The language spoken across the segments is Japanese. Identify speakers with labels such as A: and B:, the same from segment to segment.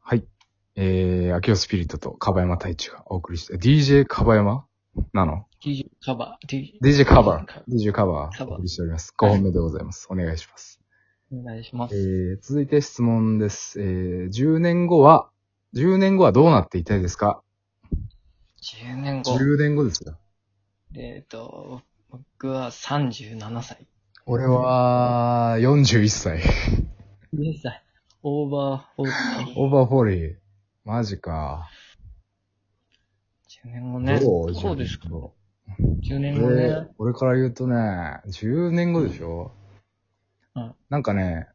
A: はい。えー、秋尾スピリットと樺山太一がお送りして、DJ 樺山なの
B: DJ カバー、D、
A: ?DJ カバー。DJ カバー
B: カバー
A: お送りしております。5本目でございます。お願いします。
B: お願いしま
A: え
B: す。
A: ー、続いて質問です。えー、10年後は、10年後はどうなっていたいですか
B: 10年後。
A: ?10 年後ですよ。
B: えっ、と、僕は37歳。
A: 俺は、41歳。
B: 2歳。オーバー、オーバー。
A: オーバーフォーリー。マジか。
B: 10年後ね。
A: ど
B: どうですか
A: 10年後
B: ?10 年後
A: で
B: ね。
A: 俺から言うとね、10年後でしょ、
B: うん
A: なんかね、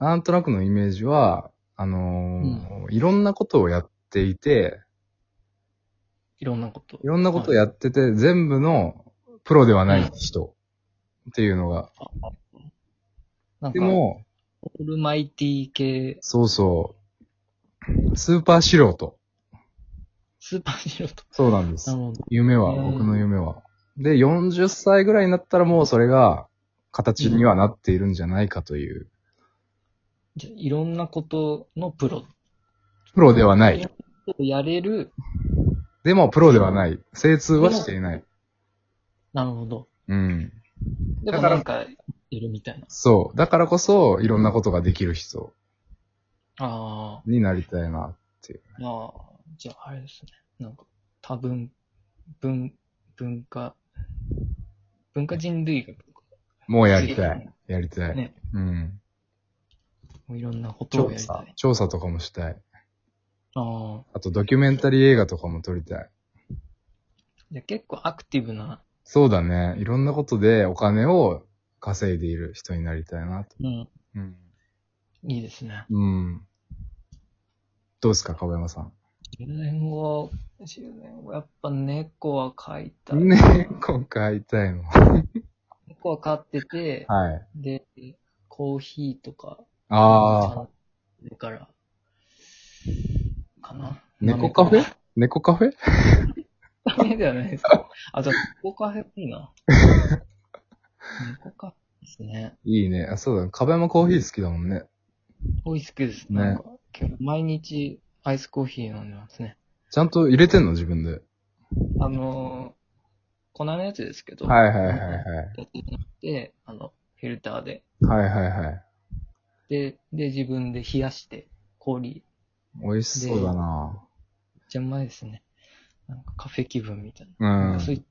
A: なんとなくのイメージは、あのーいろんなことをやっていて、
B: いろんなこと
A: い。ろんなことをやってて、全部のプロではない人っていうのが。
B: なんか
A: で、も、
B: オールマイティ系、
A: そうそう、スーパー素人。
B: スーパーヒーローと。
A: そうなんです
B: な。るほど。
A: 夢は、
B: えー
A: 僕の夢は。で、40歳ぐらいになったらもうそれが形にはなっているんじゃないかという、
B: じゃあいろんなことのプロ。
A: プロではない。
B: やれる。
A: でも、プロではない。精通はしていない。
B: なるほど。
A: うん。
B: で
A: だ
B: も
A: から
B: なんか、いるみたいな。
A: そう。だからこそ、いろんなことができる人
B: あ
A: になりたいな。
B: あ、まあ、じゃああれですね。なんか、多分、文、文化、文化人類学とか
A: もうやりたい。やりたい。
B: ね、
A: うん。
B: もういろんなことを
A: 調
B: やりた
A: 査
B: い。。
A: 調査とかもしたい。
B: ああ、
A: あと、ドキュメンタリー映画とかも撮りたい。
B: じゃあ結構アクティブな、
A: そうだね。いろんなことでお金を稼いでいる人になりたいなと。
B: うん、
A: うん。
B: いいですね。
A: うん。どうですか、かばやまさん。
B: 10年後、10年後、やっぱ猫は飼いたい。
A: 猫飼いたいの。
B: 猫は飼ってて、
A: はい。
B: で、コーヒーとか、
A: ああ、
B: だから、かな。
A: 猫カフェ猫カフェ
B: カフェではないですか。あ、じゃあ、猫カフェいいな。猫カフェですね。
A: いいね。あ、そうだね。壁山コーヒー好きだもんね。
B: 美味しくです
A: ね
B: ね。なんか結構毎日アイスコーヒー飲んでますね。
A: ちゃんと入れてんの自分で。
B: あのー、粉のやつですけど。
A: はいはいはいはい。
B: やつじゃなくて、あの、フィルターで。
A: はいはいはい。
B: で、で、自分で冷やして、氷。
A: 美味しそうだな
B: めっちゃうまいですね。なんかカフェ気分みたいな。
A: う。
B: なんかそうんいう、す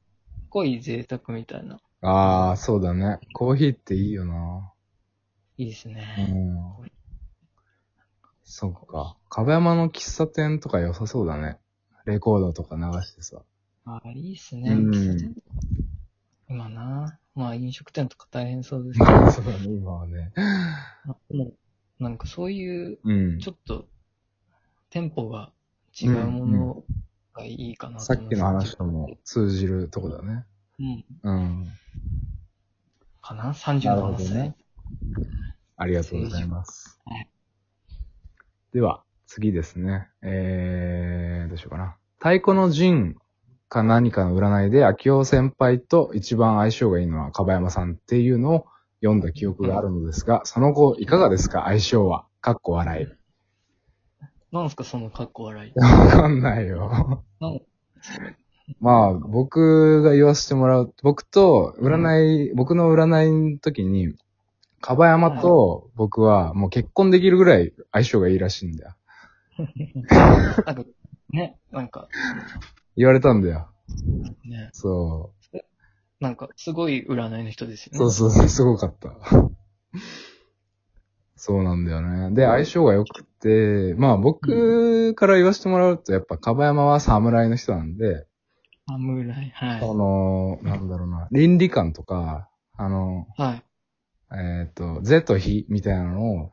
B: ごい贅沢みたいな。
A: ああ、そうだね。コーヒーっていいよない
B: いです
A: う
B: ね。
A: ん。そっか。壁山の喫茶店とか良さそうだね。レコードとか流してさ。
B: ああ、いいですね。
A: うん
B: 喫茶店とか今な、まあ飲食店とか大変そうですけど、
A: そうだね、今はね。
B: でもなんかそういう、
A: うん。
B: ちょっと、店舗が違うものがいいかな
A: さ
B: と思
A: っ
B: います
A: きの話とも。通じるとこだね。
B: うん。
A: うん。
B: かな
A: なるほど
B: ?37 歳。
A: ねありがとうございます
B: はい。
A: では、次ですね。えー、どうしようかな。太鼓の陣か何かの占いで、秋尾先輩と一番相性がいいのは、かばやまさんっていうのを読んだ記憶があるのですが、その後、いかがですか相性は。かっこ笑い。
B: なんすかそのかっこ笑い。
A: わかんないよ。
B: なん
A: まあ、僕が言わせてもらう。僕と、占い、僕の占いの時に、かばやまと僕はもう結婚できるぐらい相性がいいらしいんだよ。
B: なんか、ね、なんか、
A: 言われたんだよ。
B: ね、
A: そ
B: なんか、すごい占いの人ですよ
A: う。
B: ね。
A: そうそうそう、すごかった。そうなんだよね。で、相性が良くて、まあ僕から言わせてもらうと、やっぱ、かばやまは侍の人なんで、
B: 侍、は
A: そ
B: い。
A: の、なんだろうな、倫理観とか、あの、
B: はい。
A: えっ、と、是と非みたいなのを、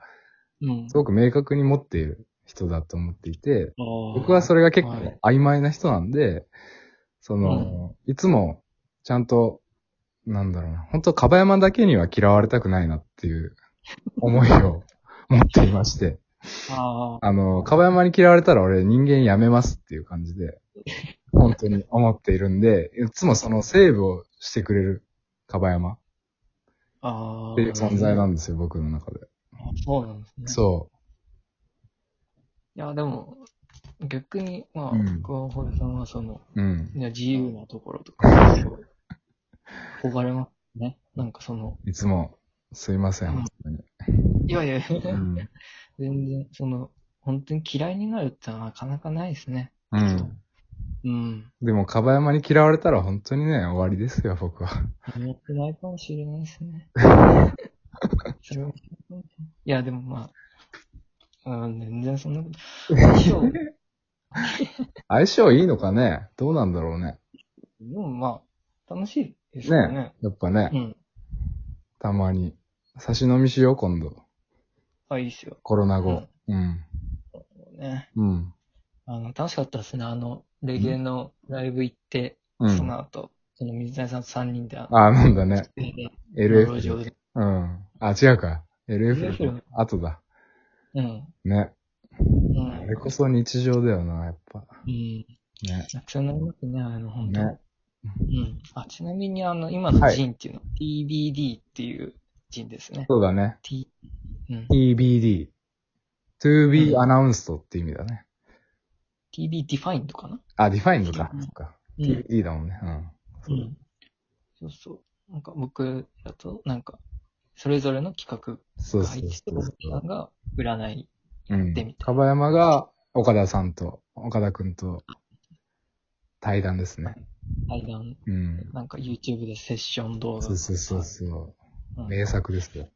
B: うん
A: す。ごく明確に持っている人だと思っていて、僕
B: 僕
A: はそれが結
B: はい
A: 構曖昧な人なんで、その、いつもちゃんと、なんだろうな、本当かばやまだけには嫌われたくないなっていう思いを持っていまして、
B: ああ、
A: あの、かばやまに嫌われたら俺人間やめますっていう感じで、本当に思っているんで、いつもそのセーブをしてくれるかばやまっ
B: ああ。
A: ていう存在なんですよ、僕の中で。
B: あそうなんですね。
A: そ
B: や、でも、逆に、まあ、
A: うん
B: 僕は堀さんはその、
A: うん。
B: いや、自由なところとか、すごい、憧れますね。なんかその、
A: いつも、すいません。
B: うん
A: 本当に
B: いやいや、
A: ん
B: 全然、その、本当に嫌いになるってのはなかなかないですね。
A: うん。
B: うん。
A: でも、かばやまに嫌われたら本当にね、終わりですよ、僕 は。
B: やってないかもしれないですね。それはいや、でもまあ、うん、全然そんなこと。相性、で
A: 相性いいのかねどうなんだろうね。
B: もまあ、楽しいですよね。
A: やっぱね、
B: うん。
A: たまに。差し飲みしよう、今度。
B: あ、いいっすよ。
A: コロナ後。うん。
B: ね。
A: うん。
B: あの、楽しかったですね。あの、レゲエのライブ行って、
A: うん。
B: その後、その水谷さんと3人で、あの、
A: あ、なんだね。
B: 路
A: LF。
B: 上で。
A: うん。あ、違うか。LF
B: LF
A: だ。後だ。
B: うん。
A: ね。
B: う
A: あ
B: ん。
A: れこそ日常だよな、やっぱ。
B: うん。
A: ね。
B: なくさなりますね、あの、本当、
A: ね
B: うん。あ、ちなみに、あの、今の
A: はい
B: ジンっていうのは、TBD っていうジンですね。
A: そうだね。
B: T、うん。
A: TBD。to be
B: うん
A: announced って意味だね。
B: TB defined かな
A: あ、defined か。
B: うん
A: そっか。
B: うん
A: TBD だもんね。うん。
B: う。
A: そうん
B: そうそう。なんか僕だと、なんか、それぞれの企
A: そ
B: 画
A: う
B: が
A: そ
B: 入っ
A: う
B: てて、
A: そう
B: 僕らが占い。
A: うん
B: てみ。た
A: 樺山が岡田さんと、岡田くんと対談ですね。
B: 対談、
A: うん。
B: なんか YouTube でセッション動画。
A: そうそうそうそうう。
B: ん
A: 名作ですよ。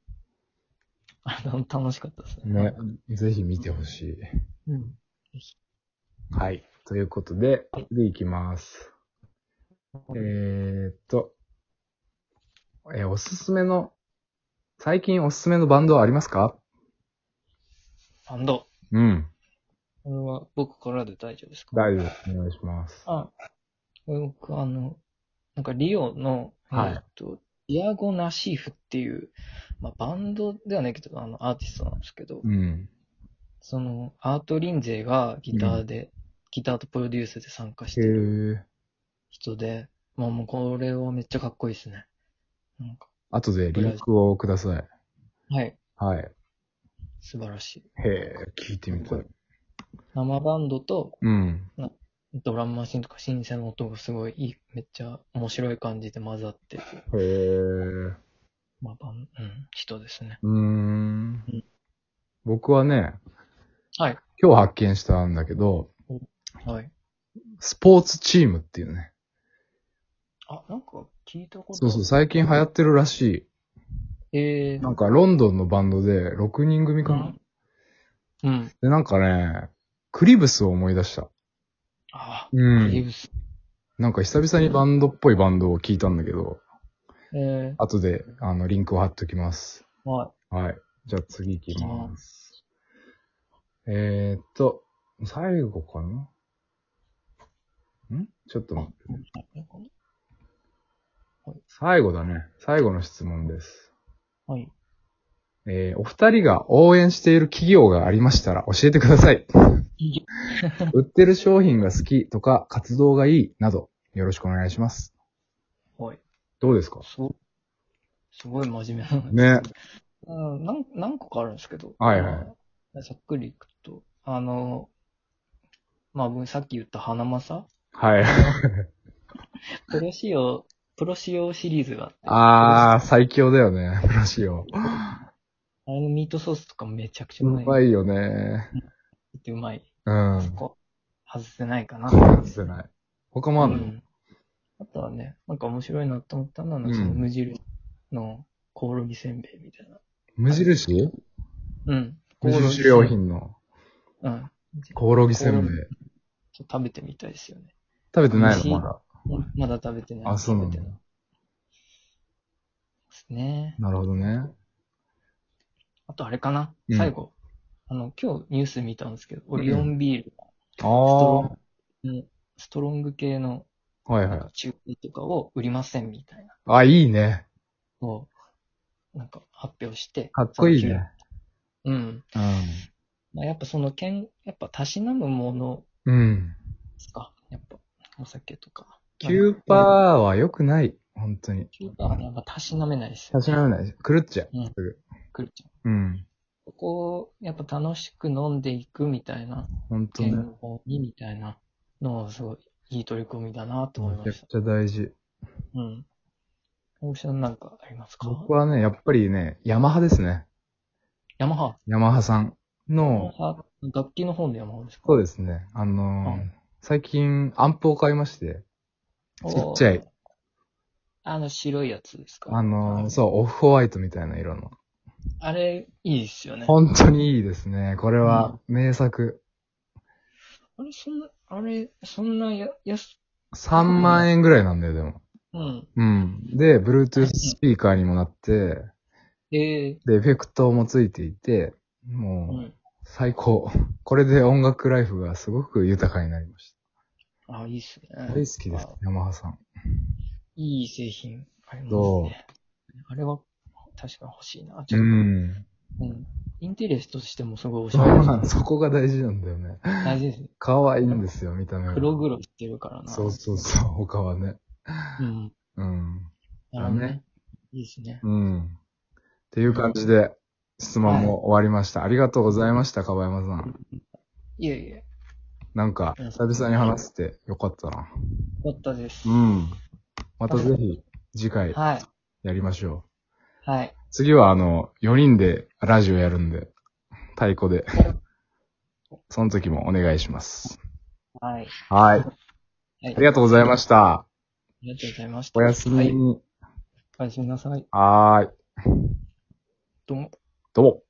B: あの、楽しかったですね。
A: ね。ぜひ見てほしい。
B: うん。
A: はい。ということで、で、いきます。えーっと、えーおすすめの、最近おすすめのバンドはありますか
B: バンド。
A: うん。
B: これは僕からで大丈夫ですか
A: 大丈夫です。お願いします。
B: あ、僕、あの、なんかリオの、
A: はい
B: えっと、ディアゴ・ナシーフっていう、まあ、バンドではないけど、あの、アーティストなんですけど、
A: うん。
B: その、アート・リンゼイがギターで、ギターとプロデュースで参加し
A: へ
B: てる
A: ー。
B: 人で、まあもうこれはめっちゃかっこいいですね。なんか、
A: 後でリンクをください。
B: はい、
A: はい。
B: 素晴らしい。
A: へー、聞いてみたい。
B: 生バンドと
A: うん。
B: ドラムマシンとかシンセの音がすごいいい、めっちゃ面白い感じで混ざってて、
A: へー。う
B: まあ、バンうん、人ですね。
A: ーん。僕はね、
B: はい、
A: 今日発見したんだけど、
B: はい。
A: スポーツチームっていうね。
B: あ、なんか聞いたこと
A: そうそう、最近流行ってるらしい。
B: えー、
A: なんかロンドンのバンドで6人組かな、
B: うん。
A: で、なんかね、クリブスを思い出した。
B: あ
A: う
B: あ、リ
A: ん。
B: ブス。
A: なんか久々にバンドっぽいバンドを聞いたんだけど、
B: え
A: 後で、あの、リンクを貼っときます。
B: ー、はい。
A: はい。じゃあ次行きます。えーっと、最後かなんちょっと待って。最後だね。最後の質問です。
B: はい。
A: えー、お二人が応援している企業がありましたら教えてくださ い。売ってる商品が好きとか活動がいいなど、よろしくお願いします。
B: はい。
A: どうですか
B: そう。すごい真面目な。
A: ね。
B: うん、なん何個かあるんですけど。。
A: はいはい
B: ざっくりいくと、あの、まあ、僕さっき言った花正
A: はい。
B: プロ仕様、プロ仕様シリーズがあって。
A: あー、最強だよね、プロ仕様。
B: あれのミートソースとかめちゃくち
A: う
B: ゃうまい。
A: まいよね。
B: ってうまい。
A: うん。
B: そこ、外せないかな。
A: 外せない。他もあるの、
B: うんあとはね、なんか面白いなと思ったのは、なんかその
A: うん
B: 無印のコオロギせんべいみたいな。
A: 無印
B: うん。
A: 無印良。品の
B: うん。
A: コオロギせんべい
B: コオ。ちょっと食べてみたいですよね。
A: 食べてないの
B: 美味しい
A: まだ。
B: まだ食べてない。
A: あ、そうなんだ
B: 食べて。いですね。
A: なるほどね。
B: あとあれかな、
A: うん
B: 最後。あの、今日ニュース見たんですけど、オリオンビールが
A: あ
B: ス
A: ー。
B: トロング、ストロング系の
A: はい
B: な
A: は
B: ん
A: い
B: か。中古とかを売りませんみたいな
A: あ、いいね。
B: のを、なんか発表して。
A: かっこいいね。
B: うん。まあ、やっぱそのけん、やっぱたしなむもの
A: うん。うん。
B: ですか。やっぱお酒とか。
A: 9%は良くない。本当に。
B: 9%はやっぱたしなめないですよ、
A: たしなめない。狂っちゃう。
B: うん
A: すぐ。
B: くるちゃん。
A: うん。
B: ここをやっぱ楽しく飲んでいくみたいな、
A: 本当ね。
B: 健康にみたいなのはすごいいい取り組みだなと思
A: め
B: いま
A: ちゃ
B: し
A: く
B: た。
A: ちゃ大事。
B: うん。大島なんかありますか
A: 僕はね、やっぱりね、ヤマハですね。
B: ヤマハ。
A: ヤマハさん
B: ヤマ
A: の、
B: ハ、楽器の方のヤマハですか
A: そうですね。あのー
B: うん
A: 最近、アンプを買いまして、ちっちゃい。
B: あの白いやつですか
A: あのー
B: う。
A: そう、オフホワイトみたいな色の。
B: あれ、いいですよね。
A: 本当にいいですね。これは、名作。
B: あれ、そんな、あれ、そんなや、やす、
A: 3万円ぐらいなんだよ、でも。
B: うん。
A: うん。で、Bluetooth スピーカーにもなって、
B: ええ
A: で、エフェクトもついていて、
B: う
A: もう、
B: ん。
A: 最高。これで音楽ライフがすごく豊かになりまし
B: あ、いいっすね。
A: た。大好きです
B: あ、
A: ヤマハさん。
B: いい製品あります
A: どう
B: ね。あれは、確かに欲しいな。ち
A: う
B: ょっと、
A: ん。
B: うんインテリアスとしてもすごいおし
A: そ
B: ゃ
A: う
B: れです
A: なんそこが大事なんだよね。
B: 大事ですね。
A: 可愛いんですよ、見た目は。
B: 黒々してるからな。
A: そうそうそう、他はね。
B: うん。
A: うん。
B: なるほど
A: だね
B: ね。いいですね。
A: うん。っていう感じで、質問も終わりました。ありがとうございました、かばやまさん。
B: いえいえ、
A: なんか、
B: うん
A: 久々に話せてよかったな。
B: よかったです。
A: うん。またぜひ、次回、
B: はい。
A: やりましょ
B: はい。
A: う。次は、あの、4人でラジオやるんで、太鼓で。その時もお願いします。
B: はい。
A: はい。
B: はい
A: ありがとうございました。
B: ありがとうございました。
A: おやすみ。
B: はい。おやすみなさい。
A: はーい。
B: どうも。
A: どうも。